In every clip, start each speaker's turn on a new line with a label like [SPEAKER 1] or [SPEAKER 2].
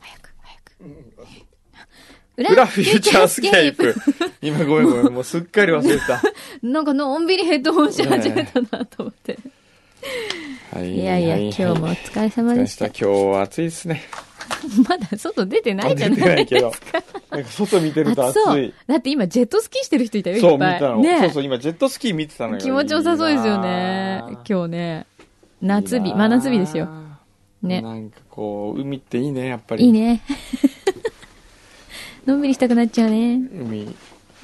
[SPEAKER 1] 早く早く。
[SPEAKER 2] 裏フューチャースケープ。今ごめんごめん、もうすっかり忘れて た。
[SPEAKER 1] なんかのんびりヘッドホンし始めたなと思って。
[SPEAKER 2] はい
[SPEAKER 1] いやいや、今日もお
[SPEAKER 2] はい
[SPEAKER 1] 疲れ
[SPEAKER 2] お
[SPEAKER 1] 様
[SPEAKER 2] 疲れ
[SPEAKER 1] で
[SPEAKER 2] 様
[SPEAKER 1] し
[SPEAKER 2] した。今日は暑いですね。
[SPEAKER 1] た。まだ外出てないじ
[SPEAKER 2] 出
[SPEAKER 1] ゃ
[SPEAKER 2] て
[SPEAKER 1] な
[SPEAKER 2] ないいけど。なんか外見てると
[SPEAKER 1] 暑
[SPEAKER 2] 暑
[SPEAKER 1] そう
[SPEAKER 2] い。。
[SPEAKER 1] だって今ジェットスキーしてる人いたよ、
[SPEAKER 2] そう、
[SPEAKER 1] いっ
[SPEAKER 2] 見
[SPEAKER 1] ぱ
[SPEAKER 2] た
[SPEAKER 1] い。
[SPEAKER 2] の。
[SPEAKER 1] ね
[SPEAKER 2] そうそう、今ジェットスキー見てたのよ。
[SPEAKER 1] 気持ちよさそうですよね。今日ね。夏日、真夏日ですよ。。ね。
[SPEAKER 2] ね。なんかこう、海っていいね、やっぱり。
[SPEAKER 1] いい。ね。 のんびりしたくなっちゃうね。
[SPEAKER 2] 海。
[SPEAKER 1] いいね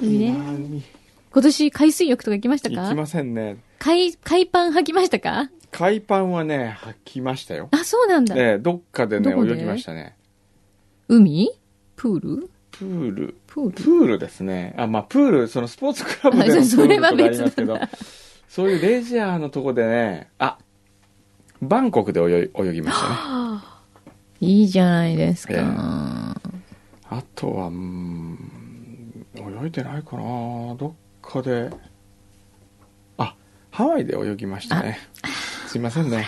[SPEAKER 2] いいな海
[SPEAKER 1] 今年海水浴とか行きました
[SPEAKER 2] 行き
[SPEAKER 1] か
[SPEAKER 2] ませんね。
[SPEAKER 1] 海、海パン履きましたか
[SPEAKER 2] 海パンはね、履きましたよ。
[SPEAKER 1] あ、そうなんだ。
[SPEAKER 2] ええ、どっかでね、
[SPEAKER 1] どこで
[SPEAKER 2] 泳ぎましたね。
[SPEAKER 1] 海プール
[SPEAKER 2] プール。
[SPEAKER 1] プール
[SPEAKER 2] プールですね。あ、まあ、プール、そのスポーツクラブでのプ
[SPEAKER 1] あそ
[SPEAKER 2] ー
[SPEAKER 1] れ
[SPEAKER 2] ルと
[SPEAKER 1] は
[SPEAKER 2] かあります
[SPEAKER 1] 別
[SPEAKER 2] け
[SPEAKER 1] なん
[SPEAKER 2] ど、そういうレジャーのとこでね、あ、バンコクで泳い泳ぎましたね。
[SPEAKER 1] いいじゃないですか。
[SPEAKER 2] ええあとは、うーん、泳いでないかなどっかで、あ、ハワイで泳ぎましたね。すいませんね。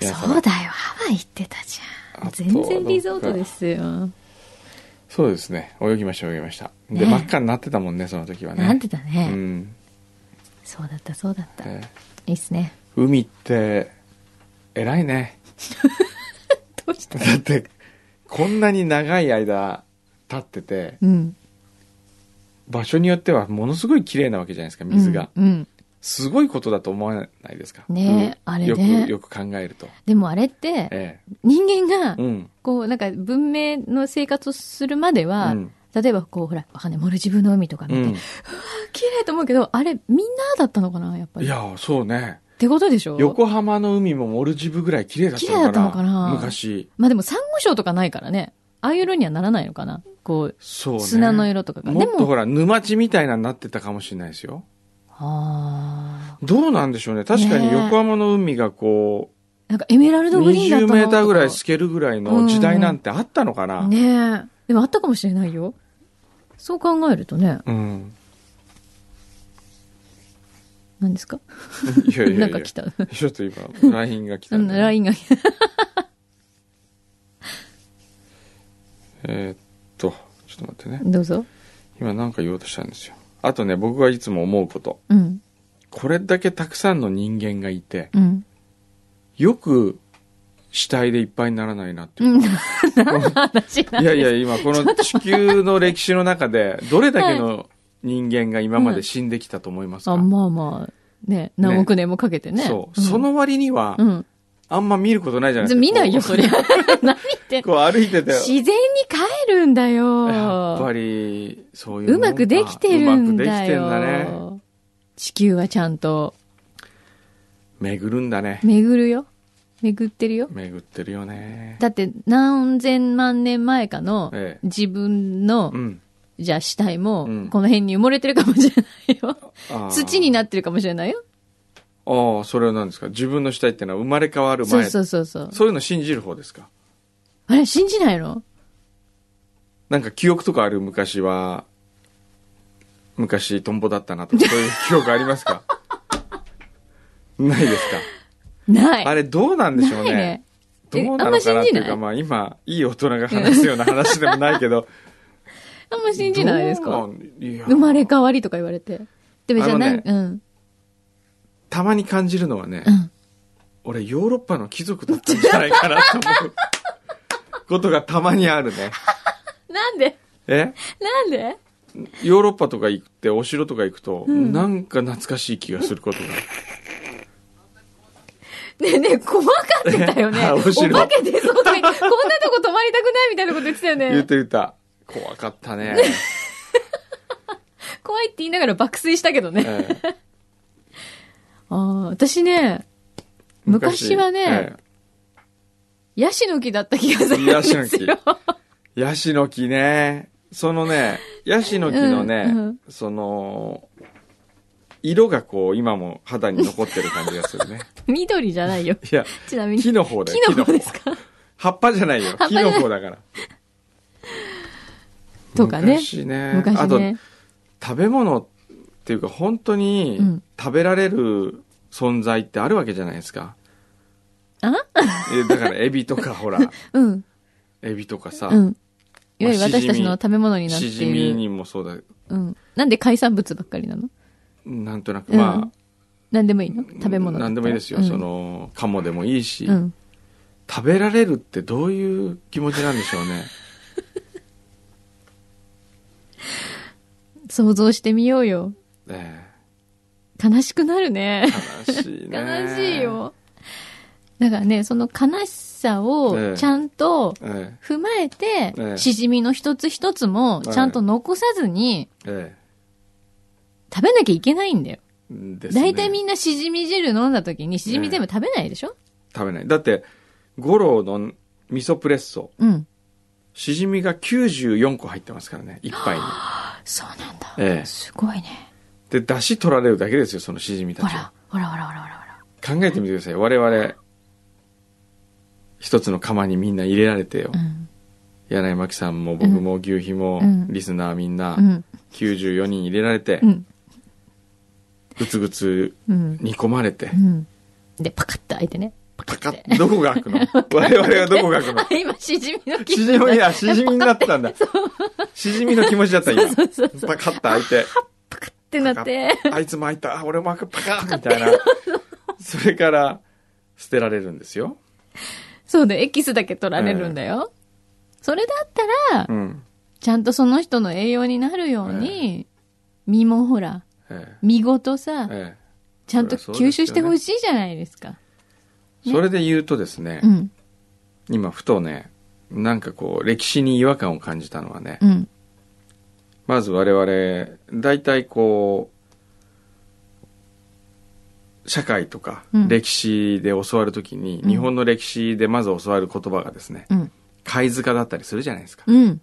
[SPEAKER 2] 皆様
[SPEAKER 1] そうだよ、ハワイ行ってたじゃん。
[SPEAKER 2] あと
[SPEAKER 1] 全然リゾートですよ。
[SPEAKER 2] そうですね。泳ぎました、泳ぎました。で、
[SPEAKER 1] ね
[SPEAKER 2] 真っ赤になってたもんね、その時はね。
[SPEAKER 1] なんてだ
[SPEAKER 2] う
[SPEAKER 1] ね、
[SPEAKER 2] ん。
[SPEAKER 1] そうだった、そうだった。
[SPEAKER 2] ええ
[SPEAKER 1] いいっすね。
[SPEAKER 2] 海って、偉いね。
[SPEAKER 1] どうした
[SPEAKER 2] だってこんなに長い間立ってて
[SPEAKER 1] うん。
[SPEAKER 2] 場所によってはものすごい綺麗なわけじゃないですか水が、
[SPEAKER 1] うん。うん
[SPEAKER 2] すごいことだと思わないですか
[SPEAKER 1] ねえ
[SPEAKER 2] うん
[SPEAKER 1] あれね
[SPEAKER 2] よくよく考えると
[SPEAKER 1] でもあれって、
[SPEAKER 2] え
[SPEAKER 1] 人間
[SPEAKER 2] えう
[SPEAKER 1] が、
[SPEAKER 2] ん
[SPEAKER 1] こう、なんか文明の生活をするまでは、
[SPEAKER 2] うん
[SPEAKER 1] 例えばこう、ほら、わかんない、モルジブの海とか見
[SPEAKER 2] う
[SPEAKER 1] て、
[SPEAKER 2] ん
[SPEAKER 1] 綺麗と思うけど、あれ、みんなだったのかな、やっぱ
[SPEAKER 2] い
[SPEAKER 1] り。っ
[SPEAKER 2] やそうね
[SPEAKER 1] てことでしょ
[SPEAKER 2] 横浜の海もモルジブぐらい綺麗だったのか
[SPEAKER 1] 綺
[SPEAKER 2] な
[SPEAKER 1] 麗だったのかな
[SPEAKER 2] 昔
[SPEAKER 1] まあでも、サンゴ礁とかないからね、ああいう色にはならないのかな。こう、
[SPEAKER 2] そうね
[SPEAKER 1] 砂の色とかが。
[SPEAKER 2] も
[SPEAKER 1] で
[SPEAKER 2] っとほ
[SPEAKER 1] も、
[SPEAKER 2] ら沼地みたいなになってたかもしれないですよ
[SPEAKER 1] ああ。
[SPEAKER 2] どうなんでしょうね確かに
[SPEAKER 1] ねえ
[SPEAKER 2] 横浜の海がこ
[SPEAKER 1] なんかエメラル
[SPEAKER 2] う
[SPEAKER 1] ドグリーンだった
[SPEAKER 2] 20
[SPEAKER 1] の
[SPEAKER 2] メーターぐらい
[SPEAKER 1] とか
[SPEAKER 2] 透けるぐらいの時代なんてあったのかな、
[SPEAKER 1] ねえ。でもあったかもしれないよ。そう考えるとね、
[SPEAKER 2] うん
[SPEAKER 1] 何ですか
[SPEAKER 2] いやいやいや。
[SPEAKER 1] なんか来た。
[SPEAKER 2] ちょっと今、LINE が来た
[SPEAKER 1] うんん
[SPEAKER 2] でね、
[SPEAKER 1] LINE が。
[SPEAKER 2] えーっと、ちょっと待ってね。
[SPEAKER 1] どうぞ。
[SPEAKER 2] 今なんか言おうとしたんですよ。あとね、僕がいつも思うこと。
[SPEAKER 1] うん。
[SPEAKER 2] これだけたくさんの人間がいて、
[SPEAKER 1] うん。
[SPEAKER 2] よく死体でいっぱいにならないなっていう。
[SPEAKER 1] うん。何の話なん
[SPEAKER 2] いやいや、
[SPEAKER 1] や。
[SPEAKER 2] 今 この地球の歴史の中で、どれだけの人間が今まで死んできたと思いますか、
[SPEAKER 1] あ、まあまあ。ね、何億年もかけてね。
[SPEAKER 2] そう。
[SPEAKER 1] ん
[SPEAKER 2] そ、の割には
[SPEAKER 1] う、ん。
[SPEAKER 2] あんま見ることないじゃないですか。
[SPEAKER 1] 見ないよ、
[SPEAKER 2] こ
[SPEAKER 1] そりゃ。 何言ってん
[SPEAKER 2] うこう歩いてて。
[SPEAKER 1] 自然に帰るんだよ。
[SPEAKER 2] やっぱり、そういうも
[SPEAKER 1] うん
[SPEAKER 2] か
[SPEAKER 1] まくできてるん
[SPEAKER 2] うまくで
[SPEAKER 1] だ
[SPEAKER 2] きてんだね。
[SPEAKER 1] よ。地球はちゃんと
[SPEAKER 2] 巡るんだね
[SPEAKER 1] 巡るよ。巡ってるよ。
[SPEAKER 2] 巡ってるよね
[SPEAKER 1] だって何千万年前かの
[SPEAKER 2] ええ
[SPEAKER 1] 自分の、
[SPEAKER 2] うん
[SPEAKER 1] じゃあ死体も、
[SPEAKER 2] うん
[SPEAKER 1] この辺に埋もれてるかもしれないよ。
[SPEAKER 2] あー
[SPEAKER 1] 土になってるかもしれないよ。
[SPEAKER 2] ああそれは何ですか自分の死体ってのは生まれ変わる
[SPEAKER 1] そう
[SPEAKER 2] 前
[SPEAKER 1] そうそうそう。
[SPEAKER 2] そういうの信じる方ですか
[SPEAKER 1] あれ、信じないの
[SPEAKER 2] なんか記憶とかある昔は昔トンボだったな とかそういう記憶ありますかないですか、
[SPEAKER 1] ない。
[SPEAKER 2] あれどうなんでしょう
[SPEAKER 1] ない
[SPEAKER 2] ね
[SPEAKER 1] ね。
[SPEAKER 2] どう
[SPEAKER 1] えあ
[SPEAKER 2] なんの
[SPEAKER 1] ま
[SPEAKER 2] か
[SPEAKER 1] 信
[SPEAKER 2] なって
[SPEAKER 1] じな
[SPEAKER 2] いう
[SPEAKER 1] いあ
[SPEAKER 2] か
[SPEAKER 1] ん
[SPEAKER 2] まあ今いい大人が話すような話でもないけど
[SPEAKER 1] ま 信じないです
[SPEAKER 2] ど
[SPEAKER 1] か
[SPEAKER 2] うなんいや
[SPEAKER 1] 生まれ変わりとか言われて。でもじゃあ
[SPEAKER 2] あの
[SPEAKER 1] なん、
[SPEAKER 2] ね
[SPEAKER 1] うん。
[SPEAKER 2] たまに感じるのはね、
[SPEAKER 1] うん
[SPEAKER 2] 俺ヨーロッパの貴族だったんじゃないかなと思うことがたまにある ね。
[SPEAKER 1] なんで
[SPEAKER 2] え
[SPEAKER 1] なんで
[SPEAKER 2] ヨーロッパとか行って、お城とか行くと、
[SPEAKER 1] ん
[SPEAKER 2] なんか懐かしい気がする ことが。
[SPEAKER 1] ねえねえ、細かってたよね。
[SPEAKER 2] あ
[SPEAKER 1] お
[SPEAKER 2] 面白い
[SPEAKER 1] 化け出そうとか言って、こんなとこ泊まりたくないみたいなこと言ってたよ
[SPEAKER 2] 言っ
[SPEAKER 1] ね。
[SPEAKER 2] て言った。 怖かったね。
[SPEAKER 1] 怖いって言いながら爆睡したけどね。
[SPEAKER 2] ええ
[SPEAKER 1] ああ、私ね、昔はね、ヤシの木だった気がするんですよ。
[SPEAKER 2] ヤシのええヤシの木ね。そのね、ヤシの木のね、
[SPEAKER 1] うんうん
[SPEAKER 2] その、色がこう、今も肌に残ってる感じがす るね。
[SPEAKER 1] 緑じゃない よ。
[SPEAKER 2] いや、
[SPEAKER 1] ちなみに。
[SPEAKER 2] 木の方だよ。
[SPEAKER 1] 木の方ですか
[SPEAKER 2] 葉っぱじゃないよ。
[SPEAKER 1] 葉っぱ
[SPEAKER 2] 木
[SPEAKER 1] じゃな
[SPEAKER 2] の
[SPEAKER 1] い
[SPEAKER 2] 方だから。
[SPEAKER 1] とかね。
[SPEAKER 2] 昔ね。
[SPEAKER 1] 昔ね。
[SPEAKER 2] あと、食べ物っていうか、本当に
[SPEAKER 1] うん
[SPEAKER 2] 食べられる存在ってあるわけじゃないですか。
[SPEAKER 1] あ
[SPEAKER 2] えだから、エビ とか、ほら、
[SPEAKER 1] うん。
[SPEAKER 2] エビとかさ、
[SPEAKER 1] うん。いわゆる
[SPEAKER 2] まあ
[SPEAKER 1] 私た
[SPEAKER 2] しじ
[SPEAKER 1] ち
[SPEAKER 2] み
[SPEAKER 1] の食べ物になって
[SPEAKER 2] シ
[SPEAKER 1] いる。
[SPEAKER 2] ジミにもそうだ、
[SPEAKER 1] うん。なんで海産物ばっかりなの
[SPEAKER 2] なんとなく、
[SPEAKER 1] うん
[SPEAKER 2] まあ、
[SPEAKER 1] なんでもいいの食べ物だったら。
[SPEAKER 2] 何でもいいですよ、
[SPEAKER 1] うん
[SPEAKER 2] そ。の鴨でもいいし、
[SPEAKER 1] うん。
[SPEAKER 2] 食べられるってどういう気持ちなんでしょうね
[SPEAKER 1] 想像してみようよ。
[SPEAKER 2] え
[SPEAKER 1] 悲しくなるね。
[SPEAKER 2] え悲しいね
[SPEAKER 1] 悲しい、よ。だからね、その悲しさ
[SPEAKER 2] え
[SPEAKER 1] を
[SPEAKER 2] え
[SPEAKER 1] ちゃんと
[SPEAKER 2] え
[SPEAKER 1] 踏まえて、
[SPEAKER 2] ええ
[SPEAKER 1] しじみの一つ一つもちゃんと残さずに
[SPEAKER 2] ええ
[SPEAKER 1] 食べなきゃいけないんだよ。
[SPEAKER 2] えですね
[SPEAKER 1] 大体みんなしじみ汁飲んだ時にしじみ全部食べないでしょ、
[SPEAKER 2] 食べないだって五郎の味噌プレッソ
[SPEAKER 1] うん。
[SPEAKER 2] しじみが94個入ってますからね一杯に
[SPEAKER 1] そうなんだ。
[SPEAKER 2] ええ
[SPEAKER 1] すごいね。
[SPEAKER 2] で出汁取られるだけですよそのしじみた
[SPEAKER 1] ほ
[SPEAKER 2] ちは
[SPEAKER 1] ら、ほらほらほらほらほら。
[SPEAKER 2] 考えてみてください我々一つの釜にみんな入れられてよ、
[SPEAKER 1] うん。
[SPEAKER 2] 柳巻さんも僕も牛皮も、
[SPEAKER 1] うん
[SPEAKER 2] リスナーみんな、
[SPEAKER 1] うん。
[SPEAKER 2] 94人入れられて、
[SPEAKER 1] うん。
[SPEAKER 2] ぐつぐつ
[SPEAKER 1] うん。
[SPEAKER 2] 煮込まれて
[SPEAKER 1] う、ん。で、パカッと開いてね。 パカ
[SPEAKER 2] パ
[SPEAKER 1] ッて。
[SPEAKER 2] カッ、どこが開くの我々がどこが開くの
[SPEAKER 1] あ、今、しじみの気
[SPEAKER 2] し
[SPEAKER 1] 分
[SPEAKER 2] じみ、い
[SPEAKER 1] だ
[SPEAKER 2] や、しじみになった んだ。しじみの気持ちだった、今。
[SPEAKER 1] そうそうそう。
[SPEAKER 2] パカッと開いて、
[SPEAKER 1] パカッてなって。
[SPEAKER 2] あいつも開いた、あ俺も開く、パカッみたい な。それから、捨てられるんですよ。
[SPEAKER 1] そうで、エキスだけ取られるんだよ。それだったら
[SPEAKER 2] う、ん。
[SPEAKER 1] ちゃんとその人の栄養になるように、身もほら、
[SPEAKER 2] え
[SPEAKER 1] 身ごとさ
[SPEAKER 2] え、え
[SPEAKER 1] ちゃんと
[SPEAKER 2] そりゃそうですよね
[SPEAKER 1] 吸収してほしいじゃないですか。
[SPEAKER 2] えそれで言うとですね
[SPEAKER 1] う、ん、
[SPEAKER 2] 今、ふとね、なんかこう、歴史に違和感を感じたのはね、
[SPEAKER 1] うん、
[SPEAKER 2] まず我々、大体こう、社会とか
[SPEAKER 1] うん
[SPEAKER 2] 歴史で教わるときに、
[SPEAKER 1] うん
[SPEAKER 2] 日本の歴史でまず教わる言葉がですね、
[SPEAKER 1] うん、
[SPEAKER 2] 貝塚だったりするじゃないですか。
[SPEAKER 1] うん。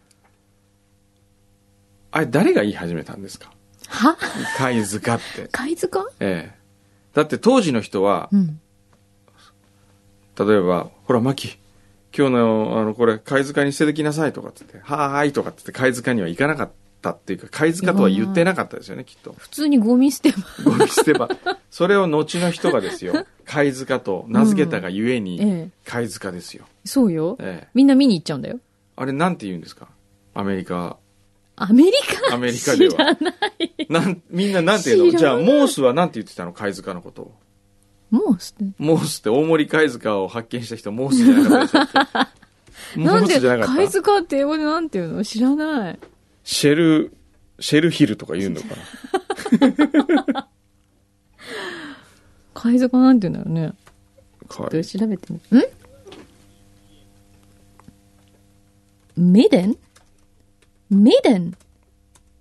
[SPEAKER 2] あれ誰が言い始めたんですか
[SPEAKER 1] は
[SPEAKER 2] 貝塚って。
[SPEAKER 1] 貝塚
[SPEAKER 2] ええ。だって当時の人は、
[SPEAKER 1] うん、
[SPEAKER 2] 例えば、ほら、マキ、今日の、あの、これ、貝塚に捨ててきなさいとかってって、はーいとかってって、貝塚には行かなかったっていうか、貝塚とは言ってなかったですよね、きっと。
[SPEAKER 1] 普通にゴミ捨て場。
[SPEAKER 2] ゴミ捨て場。それを後の人がですよ、貝塚と名付けたがゆえ に、
[SPEAKER 1] ええ、
[SPEAKER 2] 貝塚ですよ。
[SPEAKER 1] そうよ。
[SPEAKER 2] ええ。
[SPEAKER 1] みんな見に行っちゃうんだよ。
[SPEAKER 2] あれなんて言うんですかアメ リカ、
[SPEAKER 1] アメリカ
[SPEAKER 2] アメリカでは。
[SPEAKER 1] 知らない。
[SPEAKER 2] なんみんななんて言うの
[SPEAKER 1] 知
[SPEAKER 2] じゃ
[SPEAKER 1] ら
[SPEAKER 2] あ、
[SPEAKER 1] ない
[SPEAKER 2] モースはなんて言ってたの貝塚のことを。
[SPEAKER 1] もう捨て、
[SPEAKER 2] モースって大森貝塚を発見した人、モースじゃなかったですよ。モ
[SPEAKER 1] なん
[SPEAKER 2] ー
[SPEAKER 1] で
[SPEAKER 2] スじゃなか
[SPEAKER 1] 貝
[SPEAKER 2] った。
[SPEAKER 1] 塚って英語でなんていうの知らない。
[SPEAKER 2] シェル、シェルヒルとか言うのかな
[SPEAKER 1] 貝塚なんていうんだろうね。ちょ
[SPEAKER 2] 貝
[SPEAKER 1] っと調べてみる。んメデンメデン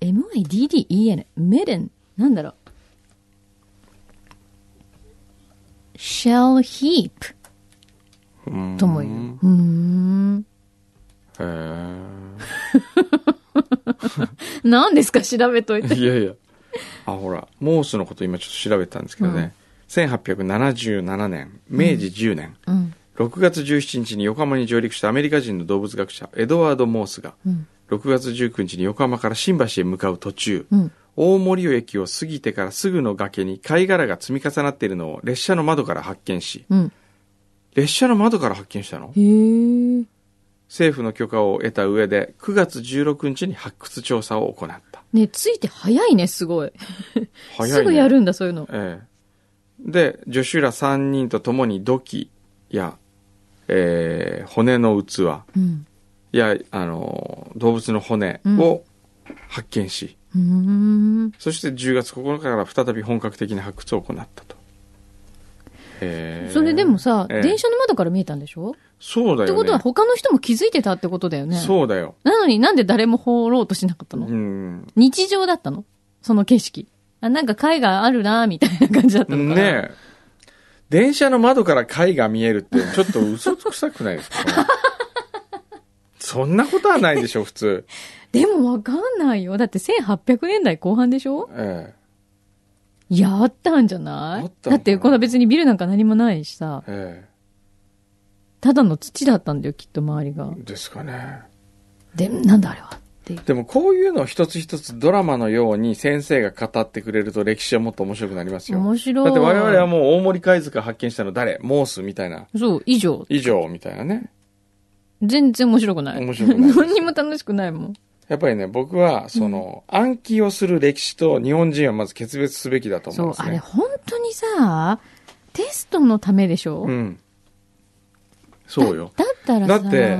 [SPEAKER 1] ?M-I-D-D-E-N。メデンなんだろう ?shell heap
[SPEAKER 2] うん
[SPEAKER 1] とも言う。うーん。
[SPEAKER 2] へー
[SPEAKER 1] 何ですか調べといて。
[SPEAKER 2] いやいや。あ、ほら、モースのこと今ちょっと調べたんですけどね。1877年、明治10年、
[SPEAKER 1] うん。
[SPEAKER 2] 6月17日に横浜に上陸したアメリカ人の動物学者、エドワード・モースが、
[SPEAKER 1] うん。
[SPEAKER 2] 6月19日に横浜から新橋へ向かう途中、
[SPEAKER 1] うん。
[SPEAKER 2] 大森尾駅を過ぎてからすぐの崖に貝殻が積み重なっているのを列車の窓から発見し、
[SPEAKER 1] うん。
[SPEAKER 2] 列車の窓から発見したの
[SPEAKER 1] へー。
[SPEAKER 2] 政府の許可を得た上で、9月16日に発掘調査を行った。
[SPEAKER 1] ね、ついて早いね、すごい。
[SPEAKER 2] 早い、ね。
[SPEAKER 1] すぐやるんだ、そういうの。
[SPEAKER 2] ええ、で助手ら3人と共に土器や、えー骨の器
[SPEAKER 1] うん。
[SPEAKER 2] や、あのー動物の骨を発見し、
[SPEAKER 1] うーん。
[SPEAKER 2] そして10月9日から再び本格的な発掘を行ったと。へえ
[SPEAKER 1] それでもさ、
[SPEAKER 2] ええ
[SPEAKER 1] 電車の窓から見えたんでしょ
[SPEAKER 2] そうだよね。
[SPEAKER 1] ってことは他の人も気づいてたってことだよね。
[SPEAKER 2] そうだよ。
[SPEAKER 1] なのになんで誰も放ろうとしなかった
[SPEAKER 2] う
[SPEAKER 1] の、
[SPEAKER 2] ん。
[SPEAKER 1] 日常だったのその景色。あ、なんか海があるな、みたいな感じだったのかな。
[SPEAKER 2] ねえ。電車の窓から貝が見えるって、ちょっと嘘つくさくないですかそんなことはないでしょ、普通。
[SPEAKER 1] でもわかんないよ。だって1800年代後半でしょ
[SPEAKER 2] え
[SPEAKER 1] いや、あったんじゃない
[SPEAKER 2] あったのかな
[SPEAKER 1] だって、こんな別にビルなんか何もないしさ
[SPEAKER 2] え、、え
[SPEAKER 1] ただの土だったんだよ、きっと周りが
[SPEAKER 2] え。。ですかね。
[SPEAKER 1] で、なんだあれはっていう。
[SPEAKER 2] でもこういうのを一つ一つドラマのように先生が語ってくれると歴史はもっと面白くなりますよ。
[SPEAKER 1] 面白い。
[SPEAKER 2] だって我々はもう大森貝塚発見したの誰モースみたいな。
[SPEAKER 1] そう、以上。
[SPEAKER 2] 以上みたいなね。
[SPEAKER 1] 全然面白くない。
[SPEAKER 2] 面白くない
[SPEAKER 1] 何にも楽しくないもん。
[SPEAKER 2] やっぱりね、僕は、その、暗記をする歴史と日本人はまず決別すべきだと思う
[SPEAKER 1] そ
[SPEAKER 2] ん
[SPEAKER 1] うあ
[SPEAKER 2] で、す
[SPEAKER 1] れ
[SPEAKER 2] ね。
[SPEAKER 1] 本当にさ、テストのためでしょ、
[SPEAKER 2] うん。そうよ。
[SPEAKER 1] だったらさ、
[SPEAKER 2] だって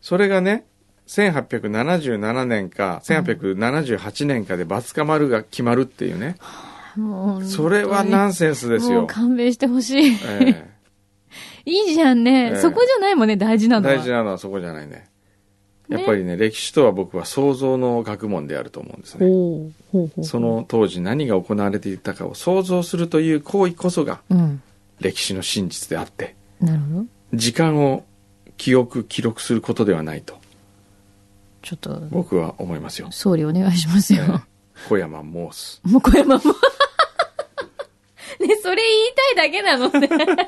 [SPEAKER 2] それがね、1877年か、1878年かでバツカ丸が決まるっていうね。
[SPEAKER 1] もう
[SPEAKER 2] それはナンセンスです
[SPEAKER 1] もう
[SPEAKER 2] よ。
[SPEAKER 1] 勘弁してほしい。
[SPEAKER 2] え
[SPEAKER 1] いいじゃんね、
[SPEAKER 2] ええ
[SPEAKER 1] そこじゃないもんね、大事
[SPEAKER 2] え
[SPEAKER 1] なのは。
[SPEAKER 2] 大事なのはそこじゃないね。やっぱりね、歴史とは僕は想像の学問であると思うんですね。
[SPEAKER 1] ほうほうほう。
[SPEAKER 2] その当時何が行われていたかを想像するという行為こそが
[SPEAKER 1] うん。
[SPEAKER 2] 歴史の真実であって、
[SPEAKER 1] なるほど。
[SPEAKER 2] 時間を記憶、記録することではないと
[SPEAKER 1] ちょっと、
[SPEAKER 2] 僕は思いま すよ。
[SPEAKER 1] 総理お願いしますよ。
[SPEAKER 2] ええ小山モース。
[SPEAKER 1] もう 小山も。ね、それ言いたいだけなのね。それ 言いたい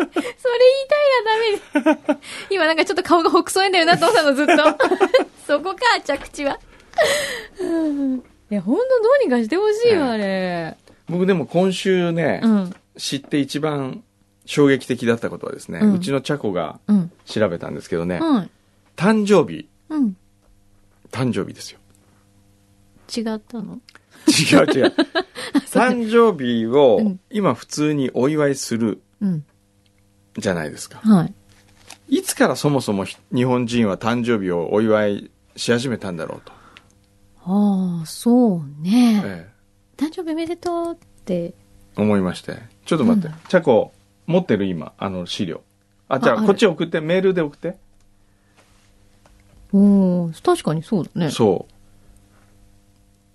[SPEAKER 1] がダメで。今なんかちょっと顔がほくそいんだよなと思ったの、ずっと。 そこか、着地は。うん いや、ほんとどうにかしてほしいわ、あれ。
[SPEAKER 2] 僕でも今週ね、
[SPEAKER 1] うん。
[SPEAKER 2] 知って一番衝撃的だったことはですね、
[SPEAKER 1] う
[SPEAKER 2] うんちのチャコが
[SPEAKER 1] うん。
[SPEAKER 2] 調べたんですけどね、
[SPEAKER 1] うん。
[SPEAKER 2] 誕生日、
[SPEAKER 1] うん。
[SPEAKER 2] 誕生日ですよ。
[SPEAKER 1] 違ったの
[SPEAKER 2] 違う違 う。誕生日
[SPEAKER 1] う
[SPEAKER 2] を
[SPEAKER 1] ん
[SPEAKER 2] 今普通にお祝いする
[SPEAKER 1] うん。
[SPEAKER 2] じゃないですか。
[SPEAKER 1] はい。
[SPEAKER 2] いつからそもそもひ日本人は誕生日をお祝いし始めたんだろうと。
[SPEAKER 1] ああ、そうね。
[SPEAKER 2] え
[SPEAKER 1] 誕生日おめでとうって。
[SPEAKER 2] え、思いまして。ちょっと待って
[SPEAKER 1] なん。
[SPEAKER 2] チャコ、持ってる今、あの資料。あ、じゃ
[SPEAKER 1] あ
[SPEAKER 2] あ
[SPEAKER 1] ある
[SPEAKER 2] こっち送って、メールで送って。
[SPEAKER 1] おー、確かにそうだね。
[SPEAKER 2] そう。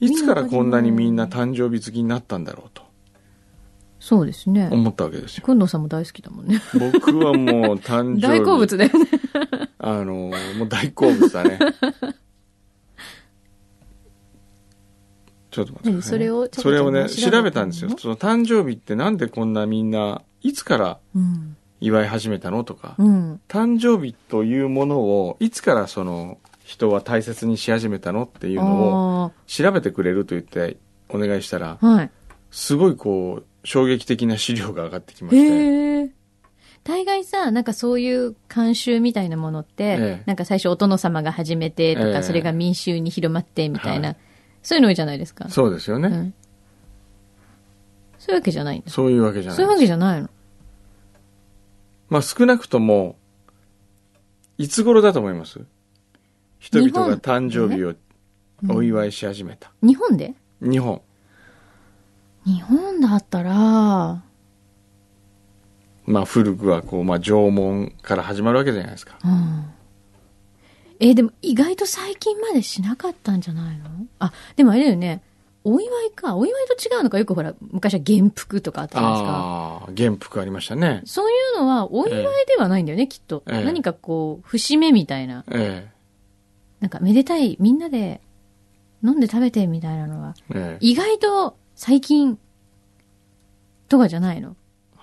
[SPEAKER 2] いつからこんなにみんな誕生日好きになったんだろうと
[SPEAKER 1] そうですね。
[SPEAKER 2] 思ったわけですよ。
[SPEAKER 1] くんどうさんも大好きだもんね。
[SPEAKER 2] 僕はもう誕生日。
[SPEAKER 1] 大好物だよね。
[SPEAKER 2] あの、もう大好物だね。ちょっと待ってくださ
[SPEAKER 1] 何そ
[SPEAKER 2] いね、
[SPEAKER 1] れをちょっと
[SPEAKER 2] それをね、
[SPEAKER 1] 調べたの
[SPEAKER 2] 調べたんですよ。その誕生日ってなんでこんなみんな、いつから
[SPEAKER 1] うん。
[SPEAKER 2] 祝い始めたのとか、
[SPEAKER 1] うん。
[SPEAKER 2] 誕生日というものを、いつからその、人は大切にし始めたのっていうのを、
[SPEAKER 1] あ
[SPEAKER 2] 調べてくれると言って、お願いしたら、
[SPEAKER 1] あはい。
[SPEAKER 2] すごいこう、衝撃的な資料が上がってきまして、
[SPEAKER 1] へえ。大概さ、なんかそういう慣習みたいなものって、
[SPEAKER 2] ええ
[SPEAKER 1] なんか最初お殿様が始めてとか、
[SPEAKER 2] ええ
[SPEAKER 1] それが民衆に広まってみたいな、
[SPEAKER 2] は
[SPEAKER 1] そういうの多いじゃないですか。
[SPEAKER 2] そうですよ
[SPEAKER 1] う
[SPEAKER 2] ね。
[SPEAKER 1] ん。そういうわけじゃないんです。
[SPEAKER 2] そういうわけじゃない
[SPEAKER 1] そういうわけじゃないの。
[SPEAKER 2] まあ少なくとも、いつ頃だと思います人
[SPEAKER 1] 本
[SPEAKER 2] 々が誕生日を
[SPEAKER 1] うん
[SPEAKER 2] お祝いし始めた。
[SPEAKER 1] 日本で
[SPEAKER 2] 日本。
[SPEAKER 1] 日本だったら、
[SPEAKER 2] まあ古くはこう、まあ縄文から始まるわけじゃないですか。
[SPEAKER 1] うん。えーでも意外と最近までしなかったんじゃないのあ、でもあれだよね。お祝いか。お祝いと違うのか。よくほら、昔は元服とかあったじゃないですか。
[SPEAKER 2] ああ、元服ありましたね。
[SPEAKER 1] そういうのはお祝いではないんだよね、きっと。
[SPEAKER 2] ええ
[SPEAKER 1] 何かこう、節目みたいな。
[SPEAKER 2] え
[SPEAKER 1] なんかめでたい、みんなで飲んで食べてみたいなのは、
[SPEAKER 2] え。ええ。
[SPEAKER 1] 意外と最近とかじゃないの。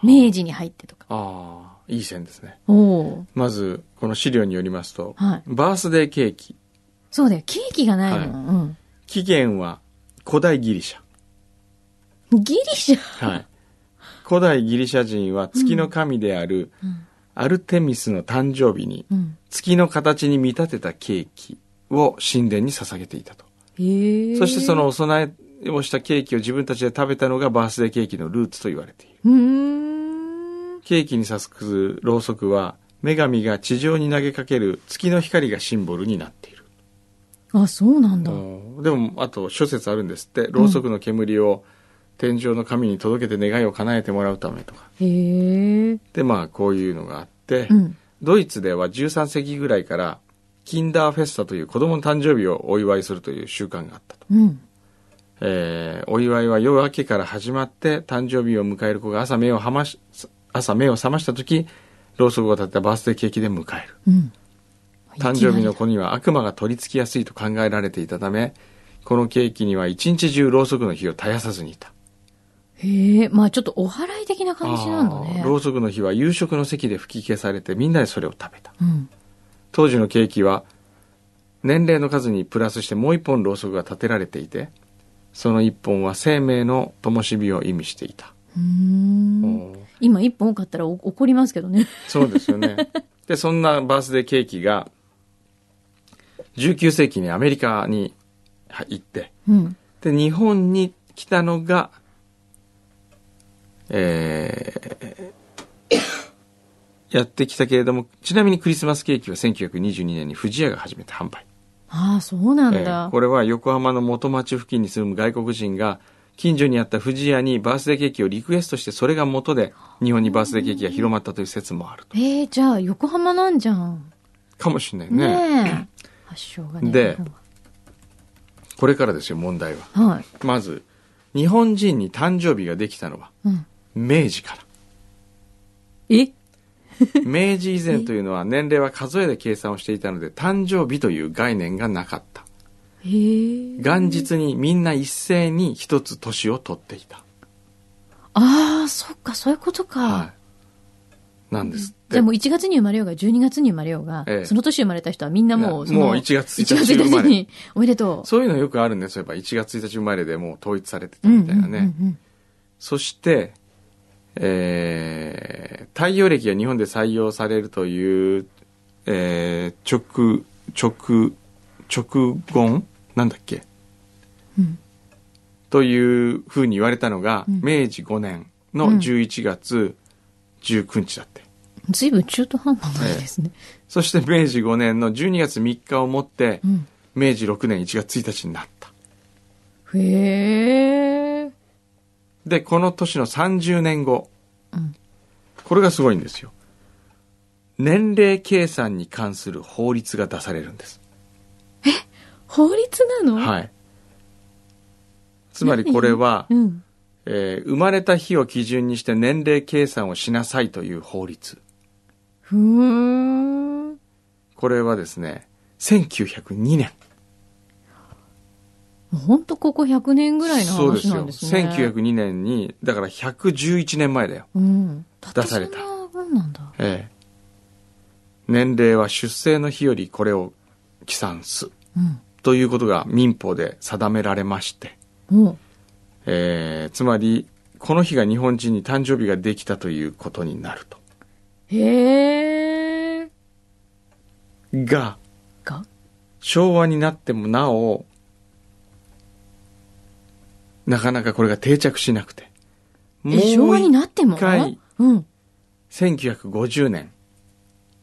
[SPEAKER 1] 明治に入ってとか。
[SPEAKER 2] ああ、いい線ですね。
[SPEAKER 1] おお
[SPEAKER 2] まず、この資料によりますと
[SPEAKER 1] ー、はい。
[SPEAKER 2] バースデーケーキ。
[SPEAKER 1] そうだよ、ケーキがないの。
[SPEAKER 2] はい
[SPEAKER 1] うん。
[SPEAKER 2] 起源は古代ギリシャ。
[SPEAKER 1] ギリシャ。
[SPEAKER 2] はい。古代ギリシャ人は月の神である
[SPEAKER 1] うん
[SPEAKER 2] アルテミスの誕生日に
[SPEAKER 1] うん。
[SPEAKER 2] 月の形に見立てたケーキを神殿に捧げていたと。
[SPEAKER 1] へえ。
[SPEAKER 2] そしてそのお供えをしたケーキを自分たちで食べたのがバースデーケーキのルーツと言われている。
[SPEAKER 1] うーん。
[SPEAKER 2] ケーキに捧くろうそくは女神が地上に投げかける月の光がシンボルになっている。
[SPEAKER 1] あ、そうなんだ。
[SPEAKER 2] おーでも、あと諸説あるんですって。ろうそくの煙を天上の神に届けて願いを叶えてもらうためとか。
[SPEAKER 1] へえ。
[SPEAKER 2] で、まあこういうのがあって、
[SPEAKER 1] うん。
[SPEAKER 2] ドイツでは13世紀ぐらいから、キンダーフェスタという子供の誕生日をお祝いするという習慣があったと。
[SPEAKER 1] うん。
[SPEAKER 2] えーお祝いは夜明けから始まって、誕生日を迎える子が朝目をはまし、朝目を覚ました時、ろうそくを立てたバースデーケーキで迎える。
[SPEAKER 1] うん。
[SPEAKER 2] 誕生日の子には悪魔が取り付きやすいと考えられていたため、このケーキには一日中ろうそくの火を絶やさずにいた。
[SPEAKER 1] へえ、まあちょっとお祓い的な感じなんだ
[SPEAKER 2] あ
[SPEAKER 1] ね
[SPEAKER 2] ー。ろうそくの火は夕食の席で吹き消されてみんなでそれを食べた。
[SPEAKER 1] うん。
[SPEAKER 2] 当時のケーキは年齢の数にプラスしてもう一本ろうそくが立てられていてその一本は生命の灯火を意味していた、
[SPEAKER 1] うーん。
[SPEAKER 2] おー
[SPEAKER 1] 今一本多かったらお怒りますけどね。
[SPEAKER 2] そうですよね でそんなバースデーケーキが19世紀にアメリカには行って
[SPEAKER 1] うん。
[SPEAKER 2] で日本に来たのがえー やってきたけれどもちなみにクリスマスケーキは1922年に不二家が初めて販売
[SPEAKER 1] ああ、そうなん
[SPEAKER 2] えー
[SPEAKER 1] だ。
[SPEAKER 2] これは横浜の元町付近に住む外国人が近所にあった不二家にバースデーケーキをリクエストしてそれが元で日本にバースデーケーキが広まったという説もあると
[SPEAKER 1] ええじゃあ横浜なんじゃん。
[SPEAKER 2] かもしれないね
[SPEAKER 1] ねえ。発祥がね。
[SPEAKER 2] で
[SPEAKER 1] 日
[SPEAKER 2] これからですよ問題は
[SPEAKER 1] 本ははい。
[SPEAKER 2] まず日本人に誕生日ができたのは
[SPEAKER 1] うん。
[SPEAKER 2] 明治から
[SPEAKER 1] え
[SPEAKER 2] 明治以前というのは年齢は数えで計算をしていたので誕生日という概念がなかった
[SPEAKER 1] へえ。
[SPEAKER 2] 元日にみんな一斉に一つ年を取っていた、
[SPEAKER 1] ああ、そっか、そういうことか。
[SPEAKER 2] はい、なんですって
[SPEAKER 1] じゃあもう1月に生まれようが12月に生まれようが、
[SPEAKER 2] ええ
[SPEAKER 1] その年生まれた人はみんなもう
[SPEAKER 2] い
[SPEAKER 1] そ
[SPEAKER 2] や
[SPEAKER 1] の
[SPEAKER 2] もう1月1
[SPEAKER 1] 1
[SPEAKER 2] 日
[SPEAKER 1] 月
[SPEAKER 2] 生ま
[SPEAKER 1] 1
[SPEAKER 2] れ
[SPEAKER 1] 日におめでと
[SPEAKER 2] そういうのよくあるね。そういえば1月1日生まれでもう統一されてた
[SPEAKER 1] う。うん
[SPEAKER 2] みたいなね。
[SPEAKER 1] うんうん
[SPEAKER 2] そして、えー、太陽暦が日本で採用されるという、えー、直、直、直言なんだっけ
[SPEAKER 1] うん
[SPEAKER 2] というふうに言われたのが、
[SPEAKER 1] うん
[SPEAKER 2] 明治5年の
[SPEAKER 1] うん
[SPEAKER 2] 11月19日だって。
[SPEAKER 1] うん随分中途半端ないですね。
[SPEAKER 2] そして明治5年の12月3日をもって、
[SPEAKER 1] うん
[SPEAKER 2] 明治6年1月1日になった。
[SPEAKER 1] へえ。
[SPEAKER 2] で、この年の30年後。
[SPEAKER 1] うん
[SPEAKER 2] これがすごいんですよ。年齢計算に関する法律が出されるんです。
[SPEAKER 1] 法律なの
[SPEAKER 2] はい。つまりこれは、
[SPEAKER 1] うん。
[SPEAKER 2] えー生まれた日を基準にして年齢計算をしなさいという法律。
[SPEAKER 1] ふーん。
[SPEAKER 2] これはですね、1902年。
[SPEAKER 1] もうほんとここ100年ぐらいの話なんですね。
[SPEAKER 2] そうですよ。1902年に、だから111年前だよ。
[SPEAKER 1] うん。たった
[SPEAKER 2] 出
[SPEAKER 1] そん
[SPEAKER 2] され
[SPEAKER 1] な
[SPEAKER 2] た
[SPEAKER 1] もんなんだ。
[SPEAKER 2] ええ。年齢は出生の日よりこれを起算す。
[SPEAKER 1] うん。
[SPEAKER 2] ということが民法で定められまして、
[SPEAKER 1] もう、
[SPEAKER 2] えーつまりこの日が日本人に誕生日ができたということになると。
[SPEAKER 1] へえ。
[SPEAKER 2] が
[SPEAKER 1] が
[SPEAKER 2] 昭和になってもなおなかなかこれが定着しなくても
[SPEAKER 1] え、昭和に
[SPEAKER 2] 一
[SPEAKER 1] なっても
[SPEAKER 2] 回
[SPEAKER 1] うん。
[SPEAKER 2] 1950年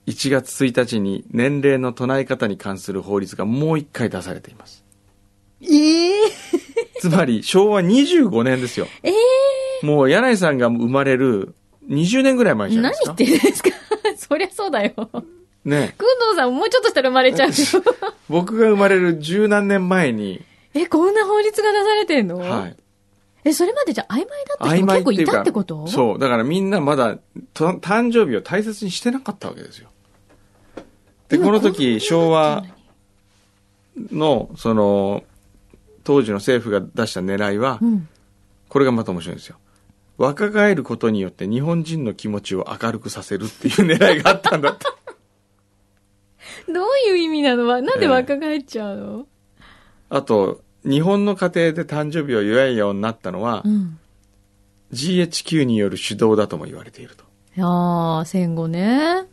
[SPEAKER 2] 1月1日に年齢の唱え方に関する法律がもう一回出されています。
[SPEAKER 1] ええ
[SPEAKER 2] つまり昭和25年ですよ。
[SPEAKER 1] ええ
[SPEAKER 2] もう柳井さんが生まれる20年ぐらい前じゃない
[SPEAKER 1] 何
[SPEAKER 2] で
[SPEAKER 1] 言ってる
[SPEAKER 2] すか。
[SPEAKER 1] んですか そりゃそうだよ。くんど
[SPEAKER 2] ね
[SPEAKER 1] うさんもうちょっとしたら生まれちゃうよ。
[SPEAKER 2] 僕が生まれる十何年前に、
[SPEAKER 1] え、こんな法律が出されてんの、
[SPEAKER 2] はい。
[SPEAKER 1] え、それまでじゃあ曖昧だった人も結構いたってこと
[SPEAKER 2] そう。だからみんなまだ、と誕生日を大切にしてなかったわけですよ。で、
[SPEAKER 1] 今
[SPEAKER 2] この
[SPEAKER 1] こんな
[SPEAKER 2] 時、
[SPEAKER 1] になってんの
[SPEAKER 2] 昭和の、その、当時の政府が出した狙いは
[SPEAKER 1] う、ん。
[SPEAKER 2] これがまた面白いんですよ。若返ることによって日本人の気持ちを明るくさせるっていう狙いがあったんだ って。
[SPEAKER 1] どういう意味なのはなんで若返っちゃうの、
[SPEAKER 2] あと、日本の家庭で誕生日を祝いようになったのは
[SPEAKER 1] う、ん。
[SPEAKER 2] GHQ による主導だとも言われていると。
[SPEAKER 1] いやー、戦後ね。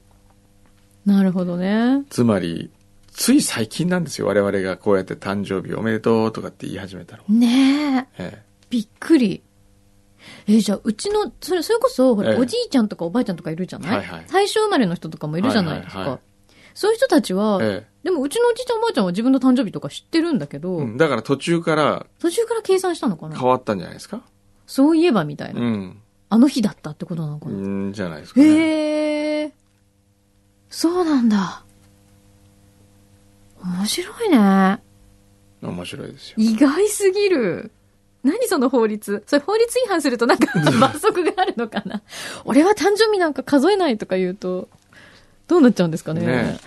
[SPEAKER 1] なるほどね。
[SPEAKER 2] つまり、つい最近なんですよ。我々がこうやって誕生日おめでとうとかって言い始めたの。
[SPEAKER 1] ねえ。
[SPEAKER 2] え
[SPEAKER 1] びっくり。えじゃあ、うちの、それ、それこそ、ほら
[SPEAKER 2] ええ
[SPEAKER 1] おじいちゃんとかおばあちゃんとかいるじゃない、
[SPEAKER 2] はいはい
[SPEAKER 1] 最初生まれの人とかもいるじゃないですか。
[SPEAKER 2] はいはいはい
[SPEAKER 1] そういう人たちは、
[SPEAKER 2] ええ
[SPEAKER 1] でもうちのおじいちゃんおばあちゃんは自分の誕生日とか知ってるんだけど、
[SPEAKER 2] えうんだから途中から
[SPEAKER 1] 途中から計算したのかな
[SPEAKER 2] 変わったんじゃないですか
[SPEAKER 1] そういえばみたいな、
[SPEAKER 2] うん。
[SPEAKER 1] あの日だったってことなのか
[SPEAKER 2] う
[SPEAKER 1] な、
[SPEAKER 2] ん、じゃないですか、ね。
[SPEAKER 1] へえ。そうなんだ。面白いね。
[SPEAKER 2] 面白いですよ。
[SPEAKER 1] 意外すぎる。何その法律それ法律違反するとなん か罰則があるのかな俺は誕生日なんか数えないとか言うと、どうなっちゃうんですかね。
[SPEAKER 2] ね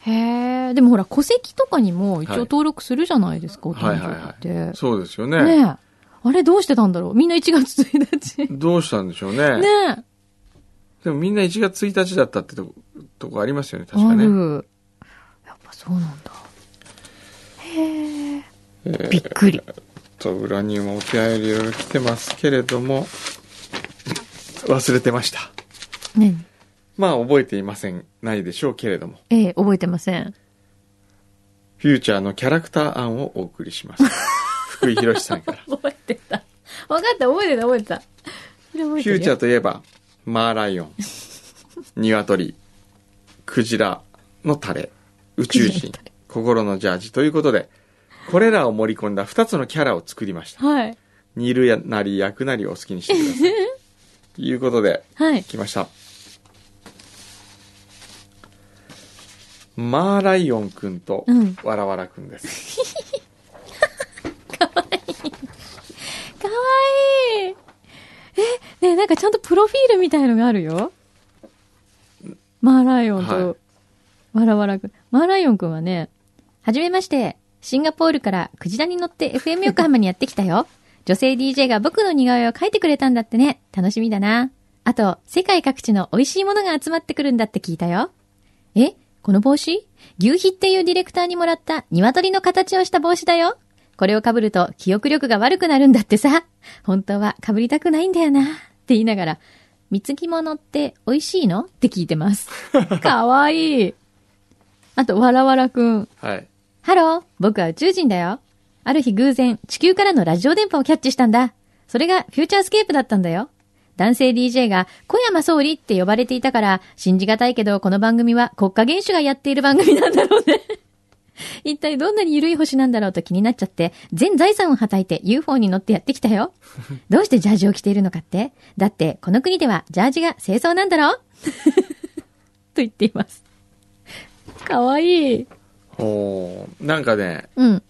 [SPEAKER 1] へえ、でもほら、戸籍とかにも一応
[SPEAKER 2] はい
[SPEAKER 1] 登録するじゃないですか、
[SPEAKER 2] はい
[SPEAKER 1] お誕生日って。
[SPEAKER 2] はいはい。そうですよね。
[SPEAKER 1] ねえ。あれどうしてたんだろうみんな1月1日。ね
[SPEAKER 2] どうしたんでしょうね。
[SPEAKER 1] え。
[SPEAKER 2] でもみんな1月1日だったってとことこありますよね、確
[SPEAKER 1] あ
[SPEAKER 2] かね。
[SPEAKER 1] る。やっぱそうなんだ。へえ。
[SPEAKER 2] えー
[SPEAKER 1] びっくり。
[SPEAKER 2] と、裏にもお便りいろいろ来てますけれども、忘れてました。
[SPEAKER 1] ね
[SPEAKER 2] まあ、覚えていません、ないでしょうけれども、
[SPEAKER 1] ええ、覚えてません。
[SPEAKER 2] フューチャーのキャラクター案をお送り します。福井博さんから。フ
[SPEAKER 1] 覚えてた。分かった、覚えてた、覚えてた。フ
[SPEAKER 2] ューチャーといえば、マーラ イオン、鶏、クジラのタレ、宇宙
[SPEAKER 1] クジラ
[SPEAKER 2] 人
[SPEAKER 1] のタレ、
[SPEAKER 2] 心のジャージということで、これらを盛り込んだ2つのキャラを作りました。
[SPEAKER 1] はい。
[SPEAKER 2] 煮るやなり焼くなりをお好きにしてください。ということで、
[SPEAKER 1] はい。
[SPEAKER 2] 来ました。マーライオンくんと
[SPEAKER 1] うん
[SPEAKER 2] わらわらくんです。
[SPEAKER 1] かわいい。え、ねえなんかちゃんとプロフィールみたいのがあるよ。マーライオン
[SPEAKER 2] はい
[SPEAKER 1] と、わらわらくん。マーライオンくんはね、はじめまして、シンガポールからクジラに乗って FM 横浜にやってきたよ。 女性 DJ が僕の似顔絵を描いてくれたんだってね。楽しみだな。あと、世界各地の美味しいものが集まってくるんだって聞いたよ。えこの帽子牛皮っていうディレクターにもらった鶏の形をした帽子だよ。これを被ると記憶力が悪くなるんだってさ。本当は被りたくないんだよな。って言いながら、貢ぎ物って美味しいのって聞いてます。かわいい。あと、わらわらくん。
[SPEAKER 2] はい。
[SPEAKER 1] ハロー、僕は宇宙人だよ。ある日偶然、地球からのラジオ電波をキャッチしたんだ。それがフューチャースケープだったんだよ。男性 DJ が小山総理って呼ばれていたから、信じがたいけど、この番組は国家元首がやっている番組なんだろうね。 一体どんなに緩い星なんだろうと気になっちゃって、全財産をはたいて UFO に乗ってやってきたよ。どうしてジャージを着ているのかってだって、この国ではジャージが清掃なんだろう と言っています。かわいい。
[SPEAKER 2] おーなんかね、
[SPEAKER 1] うん。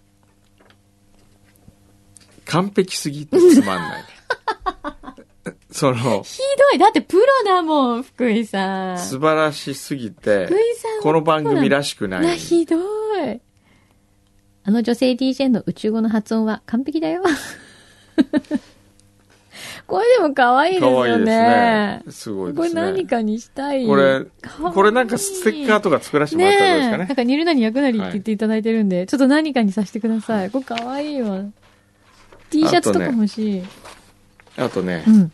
[SPEAKER 2] 完璧すぎてつまんない。 その、
[SPEAKER 1] ひどい。だってプロだもん、福井さん。
[SPEAKER 2] 素晴らしすぎて
[SPEAKER 1] 福井さん、
[SPEAKER 2] この番組らしく
[SPEAKER 1] な
[SPEAKER 2] ない。
[SPEAKER 1] ひどい。あの女性 DJ の宇宙語の発音は完璧だよ。 これでも可愛いです
[SPEAKER 2] 可愛
[SPEAKER 1] よ
[SPEAKER 2] いです
[SPEAKER 1] ね
[SPEAKER 2] ね。。すごい
[SPEAKER 1] これ
[SPEAKER 2] ですね。
[SPEAKER 1] 何かにしたい。
[SPEAKER 2] これ
[SPEAKER 1] 可愛い、
[SPEAKER 2] これなんかステッカーとか作らせてもらったらどうですか
[SPEAKER 1] ねえ。
[SPEAKER 2] ね
[SPEAKER 1] なん。か煮るなり焼くなりって言っていただいてるんで、ちょっと何かにさせてください。これ可愛いわ。T シャツとか欲しい。
[SPEAKER 2] あとね
[SPEAKER 1] う、ん。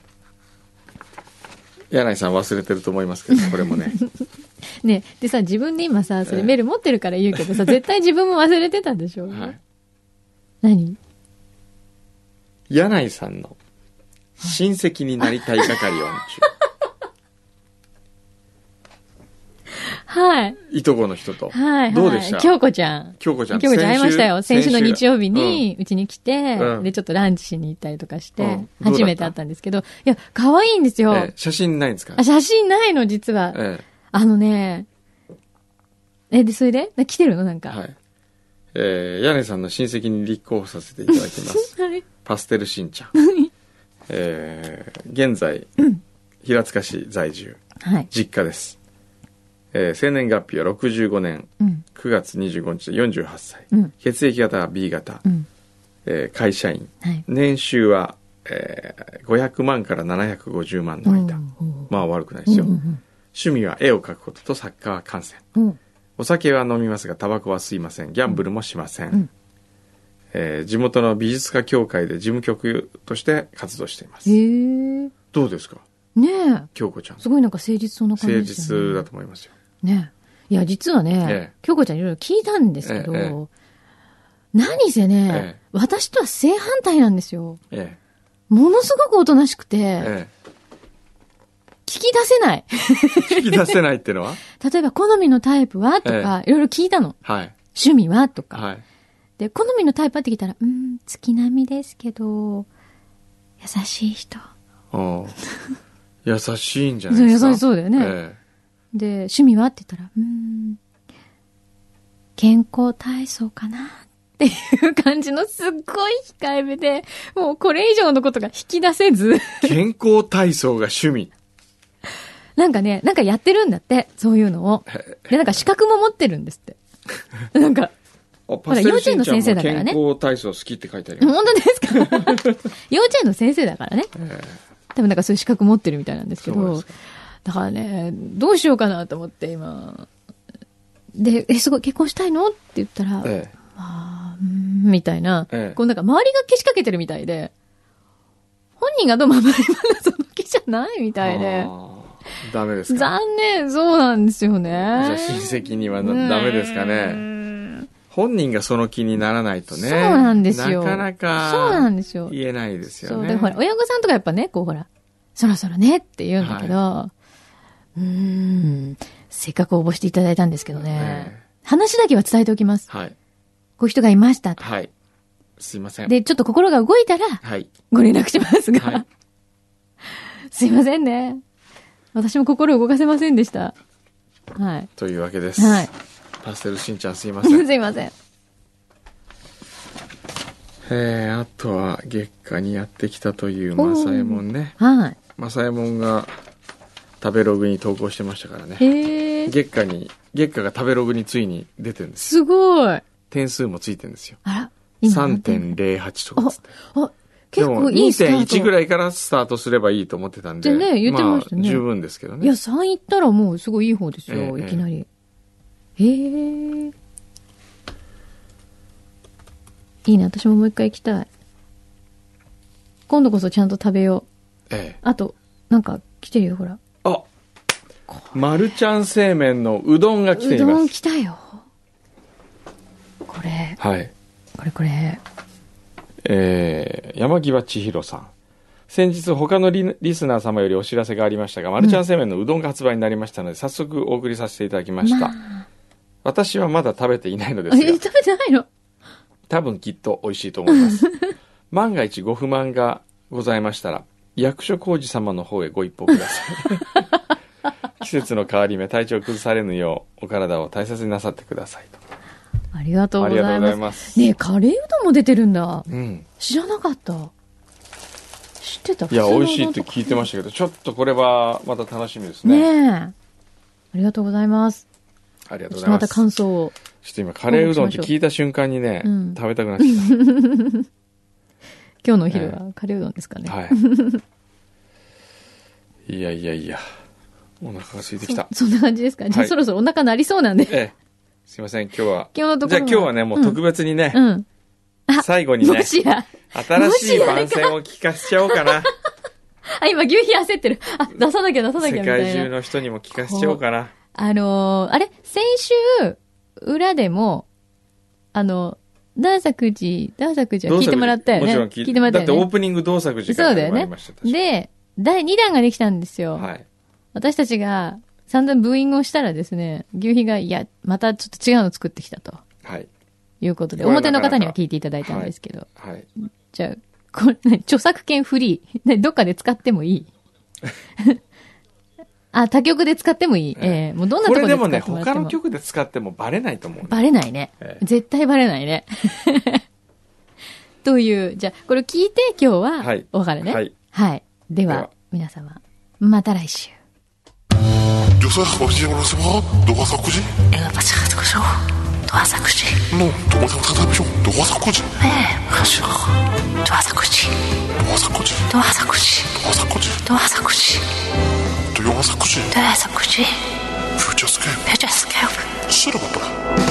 [SPEAKER 2] 柳井さん忘れてると思いますけど、これ もね。
[SPEAKER 1] ねでさ、自分で今さ、それ
[SPEAKER 2] ええ
[SPEAKER 1] メール持ってるから言うけどさ、絶対自分も忘れてたでしょ
[SPEAKER 2] はい。
[SPEAKER 1] 何
[SPEAKER 2] 柳井さんの親戚になりたい係を
[SPEAKER 1] はい。
[SPEAKER 2] いとこの人と。
[SPEAKER 1] はい、はい。
[SPEAKER 2] どうでした
[SPEAKER 1] 京子ちゃん。
[SPEAKER 2] 京子ちゃん
[SPEAKER 1] 京子ちゃん会いましたよ。先週の日曜日、
[SPEAKER 2] 先
[SPEAKER 1] に、うちに来て、
[SPEAKER 2] うん
[SPEAKER 1] で、ちょっとランチしに行ったりとかして、
[SPEAKER 2] うんどうだった
[SPEAKER 1] 初めて会ったんですけど、いや、可愛いんです
[SPEAKER 2] 週う
[SPEAKER 1] よ。
[SPEAKER 2] んええ写真ないんですか
[SPEAKER 1] あ写真ないの、実は。
[SPEAKER 2] え
[SPEAKER 1] あのね、え、で、それでな来てるのなん
[SPEAKER 2] え
[SPEAKER 1] か。
[SPEAKER 2] はい。えー、柳井さんの親戚に立候補させていただ きます。
[SPEAKER 1] はい。
[SPEAKER 2] パステルしんちゃん。えー、現在、平塚市在住、
[SPEAKER 1] はい。
[SPEAKER 2] 実家です。えー、生年月日は65年
[SPEAKER 1] うん。
[SPEAKER 2] 9月25日で48歳。
[SPEAKER 1] うん
[SPEAKER 2] 血液型は B 型、
[SPEAKER 1] うん。
[SPEAKER 2] えー会社員、
[SPEAKER 1] はい。
[SPEAKER 2] 年収は、えー500万から750万の間、
[SPEAKER 1] うん
[SPEAKER 2] まあ悪くないですよ、
[SPEAKER 1] うん
[SPEAKER 2] 趣味は絵を描くこととサッカーは観戦
[SPEAKER 1] うんうん。
[SPEAKER 2] お酒は飲みますがタバコは吸いませんギャンブルもしません、
[SPEAKER 1] ん
[SPEAKER 2] えー地元の美術家協会で事務局として活動しています、
[SPEAKER 1] へえ。
[SPEAKER 2] どうですか
[SPEAKER 1] ねえ。
[SPEAKER 2] 京子ちゃん
[SPEAKER 1] すごいなんか誠実そうな感じ
[SPEAKER 2] 誠
[SPEAKER 1] でしたよね
[SPEAKER 2] 実だと思いますよ
[SPEAKER 1] ねいや、実はね、
[SPEAKER 2] ええ
[SPEAKER 1] 京子ちゃんいろいろ聞いたんですけど、
[SPEAKER 2] えええ
[SPEAKER 1] 何せね、
[SPEAKER 2] ええ
[SPEAKER 1] 私とは正反対なんですよ。
[SPEAKER 2] え
[SPEAKER 1] ものすごくおとなしくて、
[SPEAKER 2] ええ
[SPEAKER 1] 聞き出せない。
[SPEAKER 2] え引き出せないってい うのは
[SPEAKER 1] 例えば、好みのタイプはとか、いろいろ聞いたの。
[SPEAKER 2] はい
[SPEAKER 1] 趣味はとか。
[SPEAKER 2] はい
[SPEAKER 1] で、好みのタイプはって聞いたら、うーん、月並みですけど、優しい人。
[SPEAKER 2] おー優しいんじゃない
[SPEAKER 1] そう
[SPEAKER 2] で
[SPEAKER 1] 優
[SPEAKER 2] すか
[SPEAKER 1] しそうだよね。
[SPEAKER 2] え
[SPEAKER 1] で、趣味はって言ったら、うーん、健康体操かなっっていう感じのすっごい控えめで、もうこれ以上のことが引き出せず、
[SPEAKER 2] 健康体操が趣味。
[SPEAKER 1] なんかね、なんかやってるんだって、そういうのを。で、なんか資格も持ってるんですって。なんか、
[SPEAKER 2] あ、
[SPEAKER 1] ら幼稚園の先生だからね
[SPEAKER 2] パステルしんちゃんも健康体操好きって書いてあります。
[SPEAKER 1] 本当ですか 幼稚園の先生だからね。多分なんかそういう資格持ってるみたいなんですけ
[SPEAKER 2] そう
[SPEAKER 1] ど。
[SPEAKER 2] です
[SPEAKER 1] だからね、どうしようかなと思って今。で、え、すごい、結婚したいのって言ったら、
[SPEAKER 2] ええ
[SPEAKER 1] まあ、うーんみたいな、
[SPEAKER 2] ええ
[SPEAKER 1] こうなんか周りがけしかけてるみたいで、本人がどうもあんまりまだその気じゃないみたいで
[SPEAKER 2] あ、ーダメですか。
[SPEAKER 1] 残念、そうなんですよね。じ
[SPEAKER 2] じゃあ親戚にはなダメですかね。
[SPEAKER 1] ね。
[SPEAKER 2] 本人がその気にならないとね。
[SPEAKER 1] そうなんですよ
[SPEAKER 2] なかなか。
[SPEAKER 1] そうなんですよ。
[SPEAKER 2] 言えないです
[SPEAKER 1] そ
[SPEAKER 2] よ
[SPEAKER 1] う、
[SPEAKER 2] ね。
[SPEAKER 1] で、ほら、親御さんとかやっぱね、こうほら、そろそろねって言うんだけど、うーん、せっかく応募していただいたんですけどね、
[SPEAKER 2] ええ
[SPEAKER 1] 話だけは伝えておきます。
[SPEAKER 2] はい。
[SPEAKER 1] こういう人がいましたと。
[SPEAKER 2] はい。すいません。
[SPEAKER 1] で、ちょっと心が動いたら、
[SPEAKER 2] はい。
[SPEAKER 1] ご連絡しますが、
[SPEAKER 2] はい。
[SPEAKER 1] すいませんね。私も心動かせませんでした。はい。
[SPEAKER 2] というわけです。
[SPEAKER 1] はい。
[SPEAKER 2] パステルしんちゃんすいませ ん。
[SPEAKER 1] すいません。
[SPEAKER 2] えー、あとは月下にやってきたというマサエモンね。
[SPEAKER 1] はい。
[SPEAKER 2] マサエモンが食べログに投稿してましたからね。
[SPEAKER 1] へえ。
[SPEAKER 2] 月下に、月下が食べログについに出てるんですよ。
[SPEAKER 1] すごい。あ
[SPEAKER 2] 点数もついてるんですよ。
[SPEAKER 1] ら、今何点
[SPEAKER 2] 3.08とかですね。
[SPEAKER 1] あ、結構いいスタート。
[SPEAKER 2] 2.1ぐらいからスタートすればいいと思ってたんで。
[SPEAKER 1] ってね言ってましたね
[SPEAKER 2] あ十分ですけど
[SPEAKER 1] いや、
[SPEAKER 2] ね。
[SPEAKER 1] 3行ったらもうすごいいい方ですよ、
[SPEAKER 2] ええ
[SPEAKER 1] いきなり。へえ。いいね、私ももう一回行きたい。今度こそちゃんと食べよう。
[SPEAKER 2] ええ。
[SPEAKER 1] あと、なんか来てるよ、ほら。
[SPEAKER 2] あマルちゃん製麺のうどんが来
[SPEAKER 1] う
[SPEAKER 2] てい
[SPEAKER 1] ど
[SPEAKER 2] ま
[SPEAKER 1] ん
[SPEAKER 2] す。
[SPEAKER 1] 来たよ。これ、
[SPEAKER 2] はい。
[SPEAKER 1] これこれ。
[SPEAKER 2] えー山際千尋さん。先日他のリリスナー様よりお知らせがありましたが、マルちゃん製麺のうどんが発売になりましたので、早速お送りさせていただきました。
[SPEAKER 1] ま
[SPEAKER 2] 私はまだ食べていないので
[SPEAKER 1] あ、
[SPEAKER 2] す
[SPEAKER 1] え、
[SPEAKER 2] が、
[SPEAKER 1] 食べてないの
[SPEAKER 2] 多分きっと美味しいと思います。 万が一ご不満がございましたら、役所広司様の方へご一報ください。季 節の変わり目、体調崩されぬよう、お体を大切になさってください
[SPEAKER 1] ありがとう
[SPEAKER 2] と。あ
[SPEAKER 1] ご
[SPEAKER 2] りが
[SPEAKER 1] ざい
[SPEAKER 2] と
[SPEAKER 1] う
[SPEAKER 2] ござい
[SPEAKER 1] ま
[SPEAKER 2] ます。
[SPEAKER 1] す。ねえ、カレーうどんも出てるんだ。
[SPEAKER 2] うん。
[SPEAKER 1] 知らなかった。知ってた
[SPEAKER 2] いや、美味しいって聞いてま
[SPEAKER 1] し
[SPEAKER 2] したけど、ちょっとこれはまた楽しみです
[SPEAKER 1] たねえ。ありがとうございます。
[SPEAKER 2] ありが
[SPEAKER 1] ち
[SPEAKER 2] と
[SPEAKER 1] ょっと
[SPEAKER 2] うござい
[SPEAKER 1] ま
[SPEAKER 2] ま
[SPEAKER 1] た
[SPEAKER 2] す。
[SPEAKER 1] 感想を。
[SPEAKER 2] ちょっと今、カレーうどんって聞いた瞬間にね、
[SPEAKER 1] うん
[SPEAKER 2] 食べたくなってき
[SPEAKER 1] 今日のお昼はカレーうどんですかね。
[SPEAKER 2] た。はい。いやいやいや、お腹が空いてきた。
[SPEAKER 1] そんな感じですか。じゃ
[SPEAKER 2] は
[SPEAKER 1] あ
[SPEAKER 2] い
[SPEAKER 1] そろそろお腹なりそうなんで。
[SPEAKER 2] ええ、すいません、今日は。
[SPEAKER 1] 今日のところ
[SPEAKER 2] じゃあ今日はね、もう特
[SPEAKER 1] 別。
[SPEAKER 2] 別にね
[SPEAKER 1] う、ん。
[SPEAKER 2] 最後に
[SPEAKER 1] も
[SPEAKER 2] ね、
[SPEAKER 1] しや。
[SPEAKER 2] 新しい
[SPEAKER 1] もしあれ
[SPEAKER 2] 番
[SPEAKER 1] か
[SPEAKER 2] 宣を聞かせちゃおうかな。
[SPEAKER 1] あ、今、牛皮焦ってる。あ、出さなきゃ出さなきゃ
[SPEAKER 2] 世
[SPEAKER 1] みた
[SPEAKER 2] 界中
[SPEAKER 1] いな。
[SPEAKER 2] の人にも聞かせちゃおうかな。
[SPEAKER 1] あのー、あれ先週、裏でも、あの、ダーサクジ、ダーサクジは聞いてもらったよね。
[SPEAKER 2] もちろん
[SPEAKER 1] 聞いてもらった
[SPEAKER 2] だってオー
[SPEAKER 1] よね。
[SPEAKER 2] プニング動作時か
[SPEAKER 1] そ
[SPEAKER 2] ら
[SPEAKER 1] うだよ
[SPEAKER 2] 始まり
[SPEAKER 1] ね
[SPEAKER 2] ました。。
[SPEAKER 1] で、第2弾ができたんですよ。
[SPEAKER 2] 確かはい。
[SPEAKER 1] 私たちが散々ブーイングをしたらですね、牛皮が、いや、またちょっと違うの作ってきたと
[SPEAKER 2] はい。
[SPEAKER 1] いうことで、
[SPEAKER 2] これはなか
[SPEAKER 1] 表
[SPEAKER 2] な
[SPEAKER 1] の
[SPEAKER 2] か
[SPEAKER 1] 方には聞いていただいたんですけど、
[SPEAKER 2] はい。
[SPEAKER 1] じゃあ、これ、何著作権フリー。 何どっかで使ってもい いあ、他局で使ってもいい。
[SPEAKER 2] ええ
[SPEAKER 1] ええもうどんなとこ
[SPEAKER 2] こ
[SPEAKER 1] ろで
[SPEAKER 2] れでも
[SPEAKER 1] 使
[SPEAKER 2] ね、
[SPEAKER 1] ってもらっても
[SPEAKER 2] 他の曲で使ってもバレないと思うね。
[SPEAKER 1] バレないね。
[SPEAKER 2] ええ
[SPEAKER 1] 絶対バレないね。 という、じゃあ、これを聞いて今日
[SPEAKER 2] は
[SPEAKER 1] はいお別れね。
[SPEAKER 2] は
[SPEAKER 1] はいい。では、
[SPEAKER 2] では
[SPEAKER 1] 皆様、また来週。
[SPEAKER 3] Yo soy Jorge Bolosimo, ¿tú vas a escuchar?
[SPEAKER 4] 내가 마찬가지고 도와사쿠지
[SPEAKER 3] No, tú vas a escuchar, tú vas a escuchar,
[SPEAKER 4] 네 가지고 도와사쿠지
[SPEAKER 3] tú vas a escuchar,
[SPEAKER 4] 도와사쿠지
[SPEAKER 3] tú vas a escuchar,
[SPEAKER 4] 도와사쿠지
[SPEAKER 3] tú vas a escuchar.
[SPEAKER 4] 도와사쿠지
[SPEAKER 3] Future Scape,
[SPEAKER 4] 표절 스케프
[SPEAKER 3] shut up, bro.